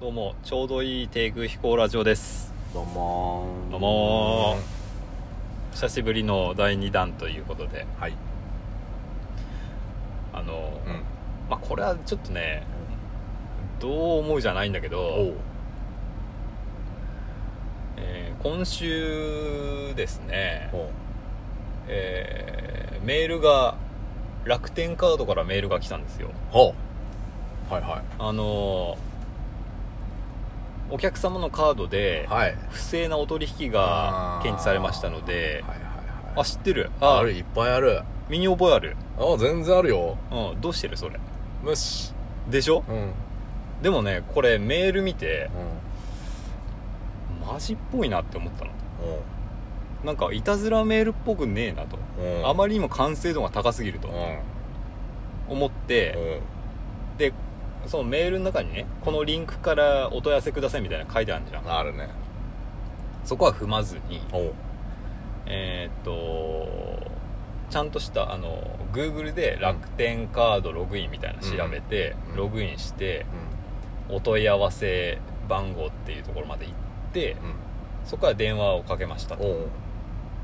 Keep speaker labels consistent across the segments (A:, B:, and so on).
A: どうもちょうどいい低空飛行ラジオです
B: どうもー
A: どうもー久しぶりの第2弾ということで
B: はい
A: あの、
B: うん
A: まあこれはちょっとねどう思うじゃないんだけど、えー今週ですね
B: お、お
A: えーメールが楽天カードからメールが来たんですよ
B: ほうはいは
A: あのお客様のカードで
B: いはい
A: 不正なお取引が検知されましたので
B: はいはい
A: あ
B: はい
A: 知ってる
B: あ
A: あ
B: るいっぱいある
A: 身に覚えある
B: あ全然あるよ
A: うんどうしてるそれ
B: 無視
A: でしょ
B: うんうん
A: でもねこれメール見てマジっぽいなって思ったのなんかいたずらメールっぽくねえなと、
B: うんうん
A: あまりにも完成度が高すぎると
B: うん
A: 思って、
B: うん
A: でそのメールの中にねこのリンクからお問い合わせくださいみたいなの書いてあるじゃん
B: あるね
A: そこは踏まずに
B: おう
A: えーっとちゃんとしたあの Google で楽天カードログインみたいなの調べて、
B: うん
A: ログインしてお問い合わせ番号っていうところまで行って
B: うん
A: そこから電話をかけましたと
B: おう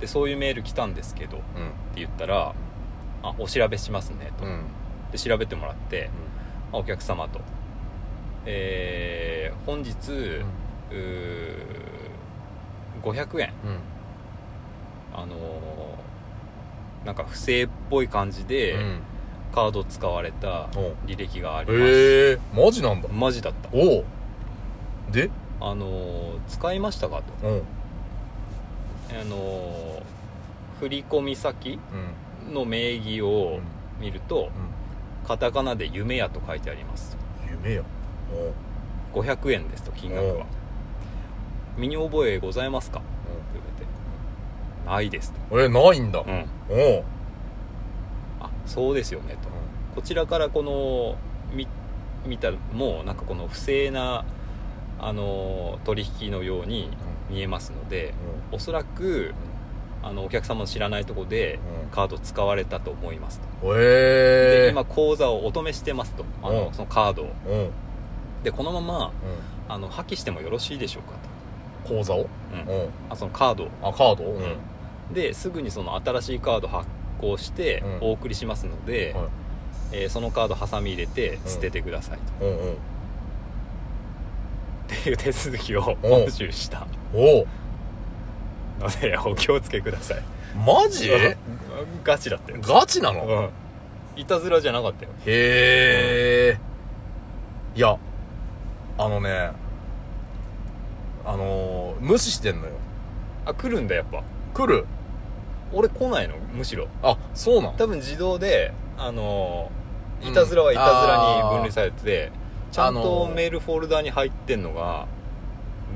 A: でそういうメール来たんですけどって
B: うん
A: 言ったら「あお調べしますね」と、
B: うん
A: で調べてもらって「あお客様と」えー本日、うー500円
B: うん
A: あのーなんか不正っぽい感じで、
B: うん
A: カード使われた
B: おう
A: 履歴があります、
B: ええマジなんだ
A: マジだった
B: おうで
A: あのー使いましたかと
B: おう
A: あのー振込先
B: うん
A: の名義
B: う
A: を
B: ん
A: 見ると、カタカナで「夢や」と書いてあります
B: 夢よおう
A: 500円ですと金額は身に覚えございますかって言われてないですと、
B: えないんだ
A: うん、
B: おう
A: あそうですよねとこちらからこの見見たもうなんかこの不正なあの取引のように見えますのでおそらくあのお客様の知らないとこでカード使われたと思いますと
B: え
A: で
B: え
A: 今口座をお止めしてますとあ
B: う
A: の
B: ん
A: そのカードを
B: うん
A: でこのままあの破棄してもよろしいでしょうか
B: 口座を
A: と、うん
B: うん
A: あそのカードを
B: あカードうん
A: うんですぐにその新しいカード発行して
B: うん
A: お送りしますので、
B: はい
A: えーそのカードハサミ入れて
B: うん
A: 捨ててくださいと、
B: うんうん
A: っていう手続きを
B: おう
A: 今週した
B: おう
A: のでお気をつけください
B: マ ジ
A: ガチだったよ、
B: ガチなの
A: うん、いたずらじゃなかったよ
B: へえいやあのねあのー無視してんのよ
A: あ来るんだやっぱ
B: 来る
A: 俺来ないのむしろ
B: あそうなん
A: 多分自動であの
B: うん
A: ーいたずらはいたずらに分類されてて、ちゃん
B: あ
A: と
B: のー
A: メールフォルダに入ってんのが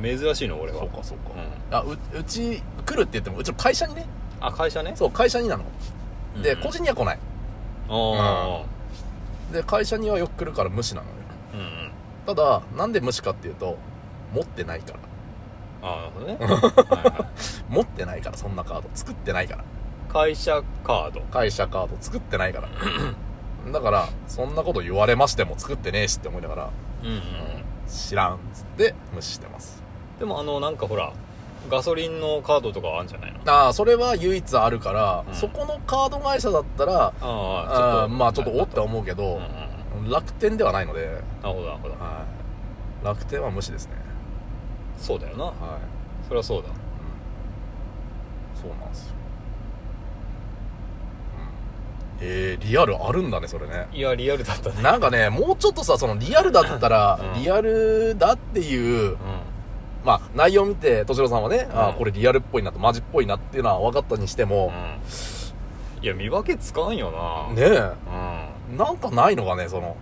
A: 珍しいの俺は
B: そうかそうか
A: ん
B: あううち来るって言ってもうちの会社にね
A: あ会社ね
B: そう会社になので
A: うん
B: 個人には来ない
A: あ
B: で会社にはよく来るから無視なのよ
A: あうんうん
B: ただなんで無視かっていうと持ってないから
A: ああなる ほどねはいは
B: 持ってないからそんなカード作ってないから
A: い会社カード
B: 会社カード作ってないからだからそんなこと言われましても作ってねえしって思いながら
A: うんうんうん
B: 知らんっつって無視してます
A: でもあのなんかほらガソリンのカードとかあるんじゃないの
B: ああそれは唯一あるから、
A: うん
B: そこのカード会社だったら
A: あ
B: あーまあちょっとおって思うけ
A: うんう
B: ど
A: ん、
B: 楽天ではないので、
A: なるほどなるほど
B: はい、楽天は無視ですね
A: そうだよな
B: はい、
A: そりゃそうだ
B: うん、そうなんですよ、うん、えー、リアルあるんだねそれね
A: いやリアルだったね
B: なんかね、もうちょっとさ、そのリアルだったら、
A: うん
B: リアルだっていう
A: う、ん
B: まあ内容見て、敏郎さんはね、あ
A: う
B: ー
A: ん
B: これリアルっぽいなと、マジっぽいなっていうのは分かったにしても、
A: いや見分けつかんよな
B: ねえ、
A: うん
B: なんかないのがね、その。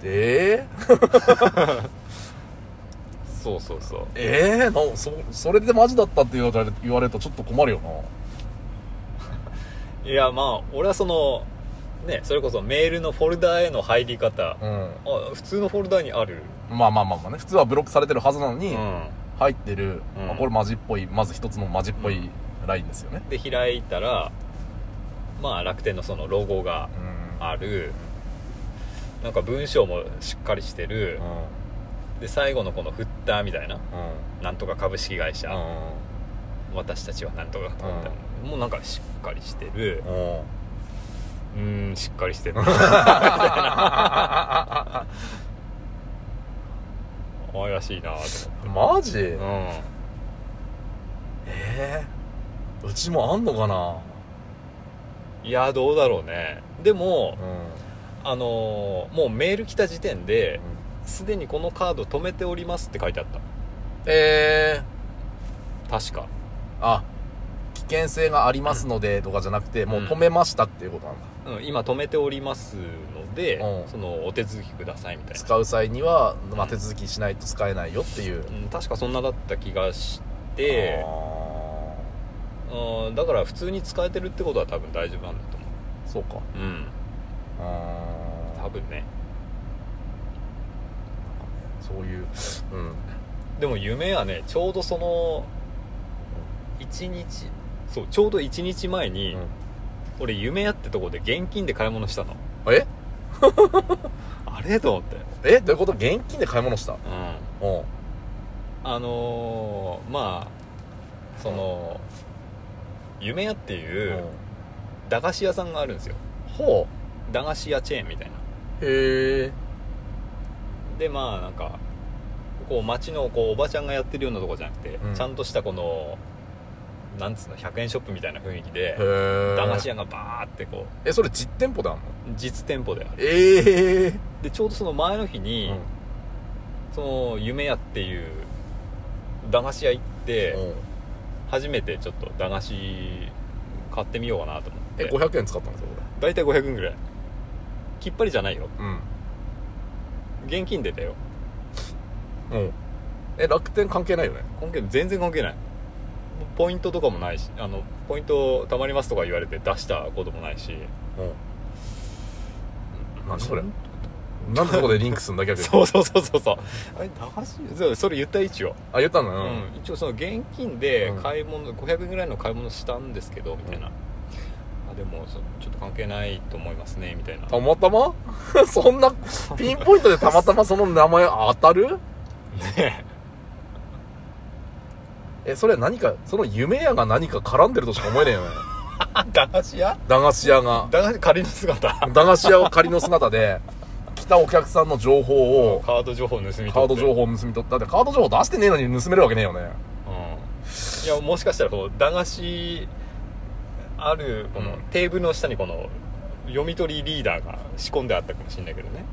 B: で、
A: そうそうそう
B: えー、なそ、それでマジだったって言われ言われるとちょっと困るよな。
A: いやまあ俺はそのねそれこそメールのフォルダへの入り方
B: うん。
A: あ普通のフォルダにある
B: まあまあまあまあね、普通はブロックされてるはずなの
A: う
B: に、
A: ん
B: 入ってる、
A: うん
B: まあ、これマジっぽい、まず一つのマジっぽいラインですよね。
A: で開いたらまあ楽天のそのロゴが
B: うん。
A: あるなんか文章もしっかりしてる、で最後のこのフッターみたいななんとか株式会社、私たちはなんとかみたいな、もうなんかしっかりしてるうーんしっかり してる愛らしいなぁと
B: マジ、
A: 思って
B: ええうちもあんのかな
A: うんいやどうだろうねでも、あのーもうメール来た時点で、すでにこのカード止めておりますって書いてあった
B: ええ
A: 確か
B: あ危険性がありますのでとかじゃなくて、もう止めましたっていうことなんだ
A: うん、今止めておりますので、
B: うん
A: そのお手続きくださいみたいな、
B: 使う際には、まあ、手続きしないと使えないよっていう、
A: うん、確かそんなだった気がして
B: あ
A: うんだから普通に使えてるってことは多分大丈夫なんだと思
B: ーそうか
A: ううん
B: あー
A: 多分ね
B: そういううん
A: でも夢はねちょうどその1日そうちょうど1日前に、俺夢やってとこで現金で買い物したの
B: え
A: あれと思って
B: えどういうこと現金で買い物した
A: うん
B: うん
A: あのーまあその夢屋っていう駄菓子屋さんがあるんですよ
B: ほ
A: 駄菓子屋チェーンみたいな
B: うへえ
A: でまあなんかこう街のこうおばちゃんがやってるようなとこじゃなくて、
B: うん
A: ちゃんとしたこのなんつうの100円ショップみたいな雰囲気で
B: へえ
A: 駄菓子屋がバーってこ
B: えそれ実店舗であんの
A: う実店舗である
B: ええ
A: でちょうどその前の日に、その夢屋っていう駄菓子屋行って、初めてちょっと駄菓子買ってみようかなと思って
B: え500円使ったんですよ
A: 大体500円ぐらいきっぱりじゃないよ
B: これうん
A: 現金出たよ
B: うんえ楽天関係ないよね
A: 今月全然関係ないポイントとかもないしあのポイント貯まりますとか言われて出したこともないし
B: うん何それなんでそこでリンクすんだ逆に
A: そうそうそうそうそうあれ駄菓子そうそれ言った一応、
B: あ言ったの
A: う
B: うん
A: 一応その現金で
B: うん
A: 買い物、500円ぐらいの買い物したんですけどみたいな、あでもそちょっと関係ないと思いますねみたいな
B: たまたま そんなピンポイントでたまたまその名前当たる
A: ね
B: えそれ何かその夢屋が何か絡んでるとしか思えねえよね
A: 駄菓子屋
B: 駄菓子屋が
A: 駄菓子仮の姿
B: 駄菓子屋を仮の姿で来たお客さんの情報を
A: カード情報盗み取って
B: カード情報を盗み取っただってカード情報出してねえのに盗めるわけねえよね
A: うんいやもしかしたらこう駄菓子あるこの
B: うん
A: テーブルの下にこの読み取りリーダーが仕込んであったかもしれないけどね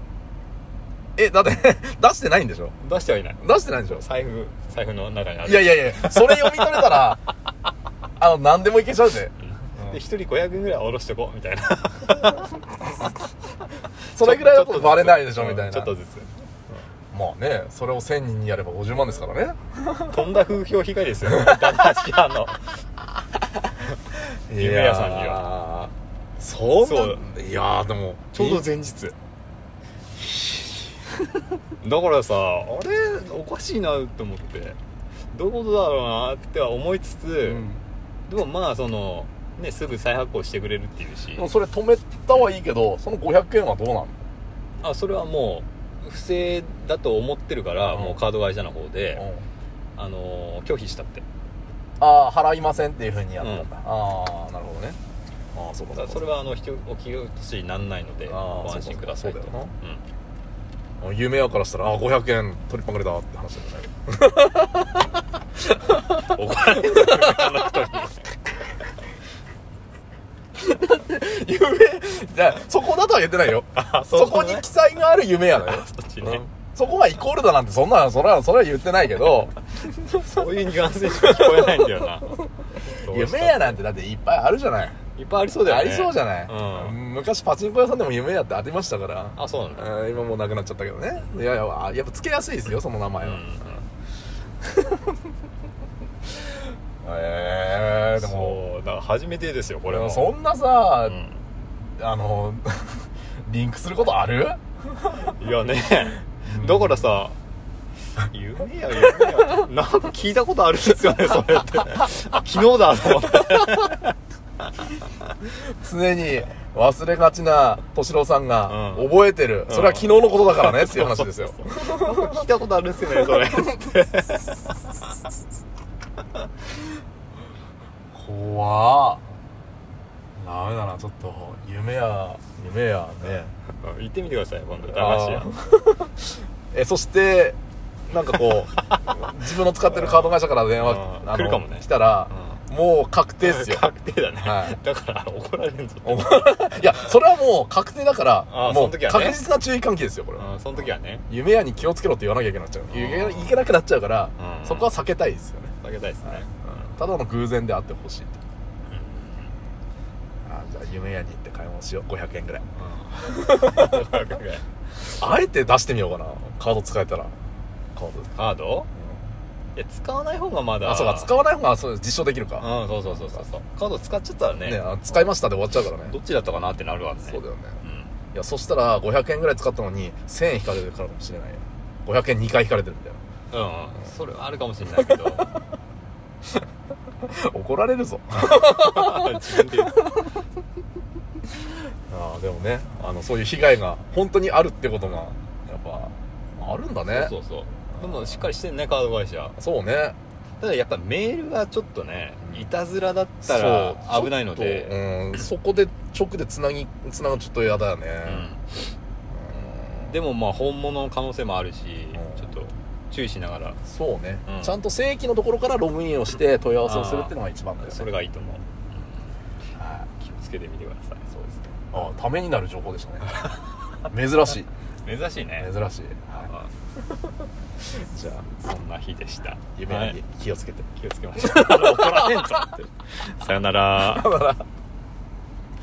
B: えだって 出してないんでしょ
A: 出してはいない
B: 出してないんでしょ
A: 財布財布の中にある
B: いやいやいやそれ読み取れたらあの何でもいけちゃうぜ
A: うんで1人500円ぐらい下ろしてこうみたいな
B: それぐらいだとバレないでし
A: う
B: ょ
A: ん
B: みたい
A: ちょ
B: な
A: っとず
B: まあねそれを1000人にやれば50万ですからね
A: つ飛んだ風評被害 ですよね駄菓子屋の夢屋さんにはい
B: やーそ
A: そう
B: ういやーでも
A: ちょうど前日だからさあれおかしいなと思ってどういうことだろうなっては思いつつ、
B: うん
A: でもまあそのねすぐ再発行してくれるっていうし
B: でもそれ止めたはいいけどその500円はどうなの
A: あそれはもう不正だと思ってるから、
B: うん
A: もうカード会社の方で、あのー拒否したって
B: ああ払いませんっていうふうにやったんだ、ああなるほどねああそう
A: だ
B: か
A: からそれ
B: は
A: はあの引き落としにならないので
B: あー
A: ご安心くださいと
B: そうだよな
A: うん
B: 夢やからしたらああ500円取りっぱぐれたって話だよね
A: 怒られてるあの人に
B: 夢 じゃあそこだとは言って ないよ
A: あ
B: そ,、こに記載がある夢やのよ
A: あそっち
B: う
A: ね
B: ん、そこがイコールだなんてそんなそれはそれは言ってないけ ど
A: そういうニュアンスにしか聞こえないんだよ な
B: 夢や
A: な
B: なんてだっていっぱいあるじゃない
A: いっぱいありそうだよね
B: ありそうじゃない、
A: うん
B: 昔パチンコ屋さんでも夢やってありましたから
A: あそうなんだ
B: うん今もうなくなっちゃったけどねいやいややっぱつけやすいですよその名前は、え
A: う
B: ー、
A: ん
B: でも
A: そうだから初めてですよこ
B: で
A: れ
B: も
A: も
B: そんなさ、
A: うん
B: あの リンクすることある
A: いやね、だからさ、夢や夢や、なんか聞いたことあるんですよね、それって。あ、昨日だと思って。
B: 常に忘れがちな敏郎さんが
A: うん
B: 覚えてる、
A: うん
B: それは昨日のことだからねっていう話 ですよ
A: 聞いたことあるんですよねそれ
B: 怖っダメだなちょっと夢や夢やね
A: 言ってみてください今度
B: あ
A: 駄菓
B: ーえそしてなんかこ う自分の使ってるカード会社から電話
A: うん
B: あの
A: 来るかもね
B: 来たら
A: 子
B: もう確定っす
A: うん
B: よ
A: 確定だね、
B: はい
A: だから怒られるぞ
B: お前いやそれはもう確定だから
A: あー
B: もう
A: その時はね
B: 確実な注意喚起ですよこれは
A: うんその時はね
B: 夢屋に気をつけろって言わなきゃいけなくなっちゃう
A: うん
B: いけいけなくなっちゃうから
A: うん
B: そこは避けたいですよね
A: 避けたいですね、
B: ただの偶然であってほしいと
A: うん
B: あーじゃあ夢屋に行って買い物しよう500円ぐらい
A: うん
B: あえて出してみようかなカード使えたらカード
A: カードいや使わない方がまだ
B: あそうか使わない方がそう実証できるか
A: うんそうそうそうそうそうカード使っちゃったらね
B: ねあ使いましたで終わっちゃうから
A: どっ
B: ね
A: ちだったかなってなるわね
B: そうだよね
A: うん
B: いやそしたら500円ぐらい使ったのに1000円引かれてるからかもしれないよ500円2回引かれてるみたい
A: うんうんそれはあるかもしれないけど
B: な 怒られるぞ
A: 自分で言う
B: ああでもねあのそういう被害が本当にあるってことがやっぱあるんだね
A: そうそうそうでもしっかりしてんねカード会社
B: そうね
A: ただやっぱメールがちょっとね
B: うん
A: いたずらだった
B: そ
A: ら
B: う
A: 危ないの
B: ちょ
A: で
B: っとうんそこで直でつなぎつなぐのちょっと嫌だよね、
A: うんでもまあ本物の可能性もあるし
B: うん
A: ちょっと注意しながら
B: そうね、
A: うん
B: ちゃんと正規のところからログインをして問い合わせをするっていうのが一番だよね
A: それがいいと思う
B: はい
A: 気をつけてみてくださいそうです
B: ああためになる情報でした ね珍しい
A: ね珍しいね
B: 珍しい、
A: あ
B: はい、じゃあ
A: そんな日でした
B: 夢
A: は
B: に
A: い
B: 気をつけて、
A: 気をつけましょう怒られんぞってさよなら
B: だから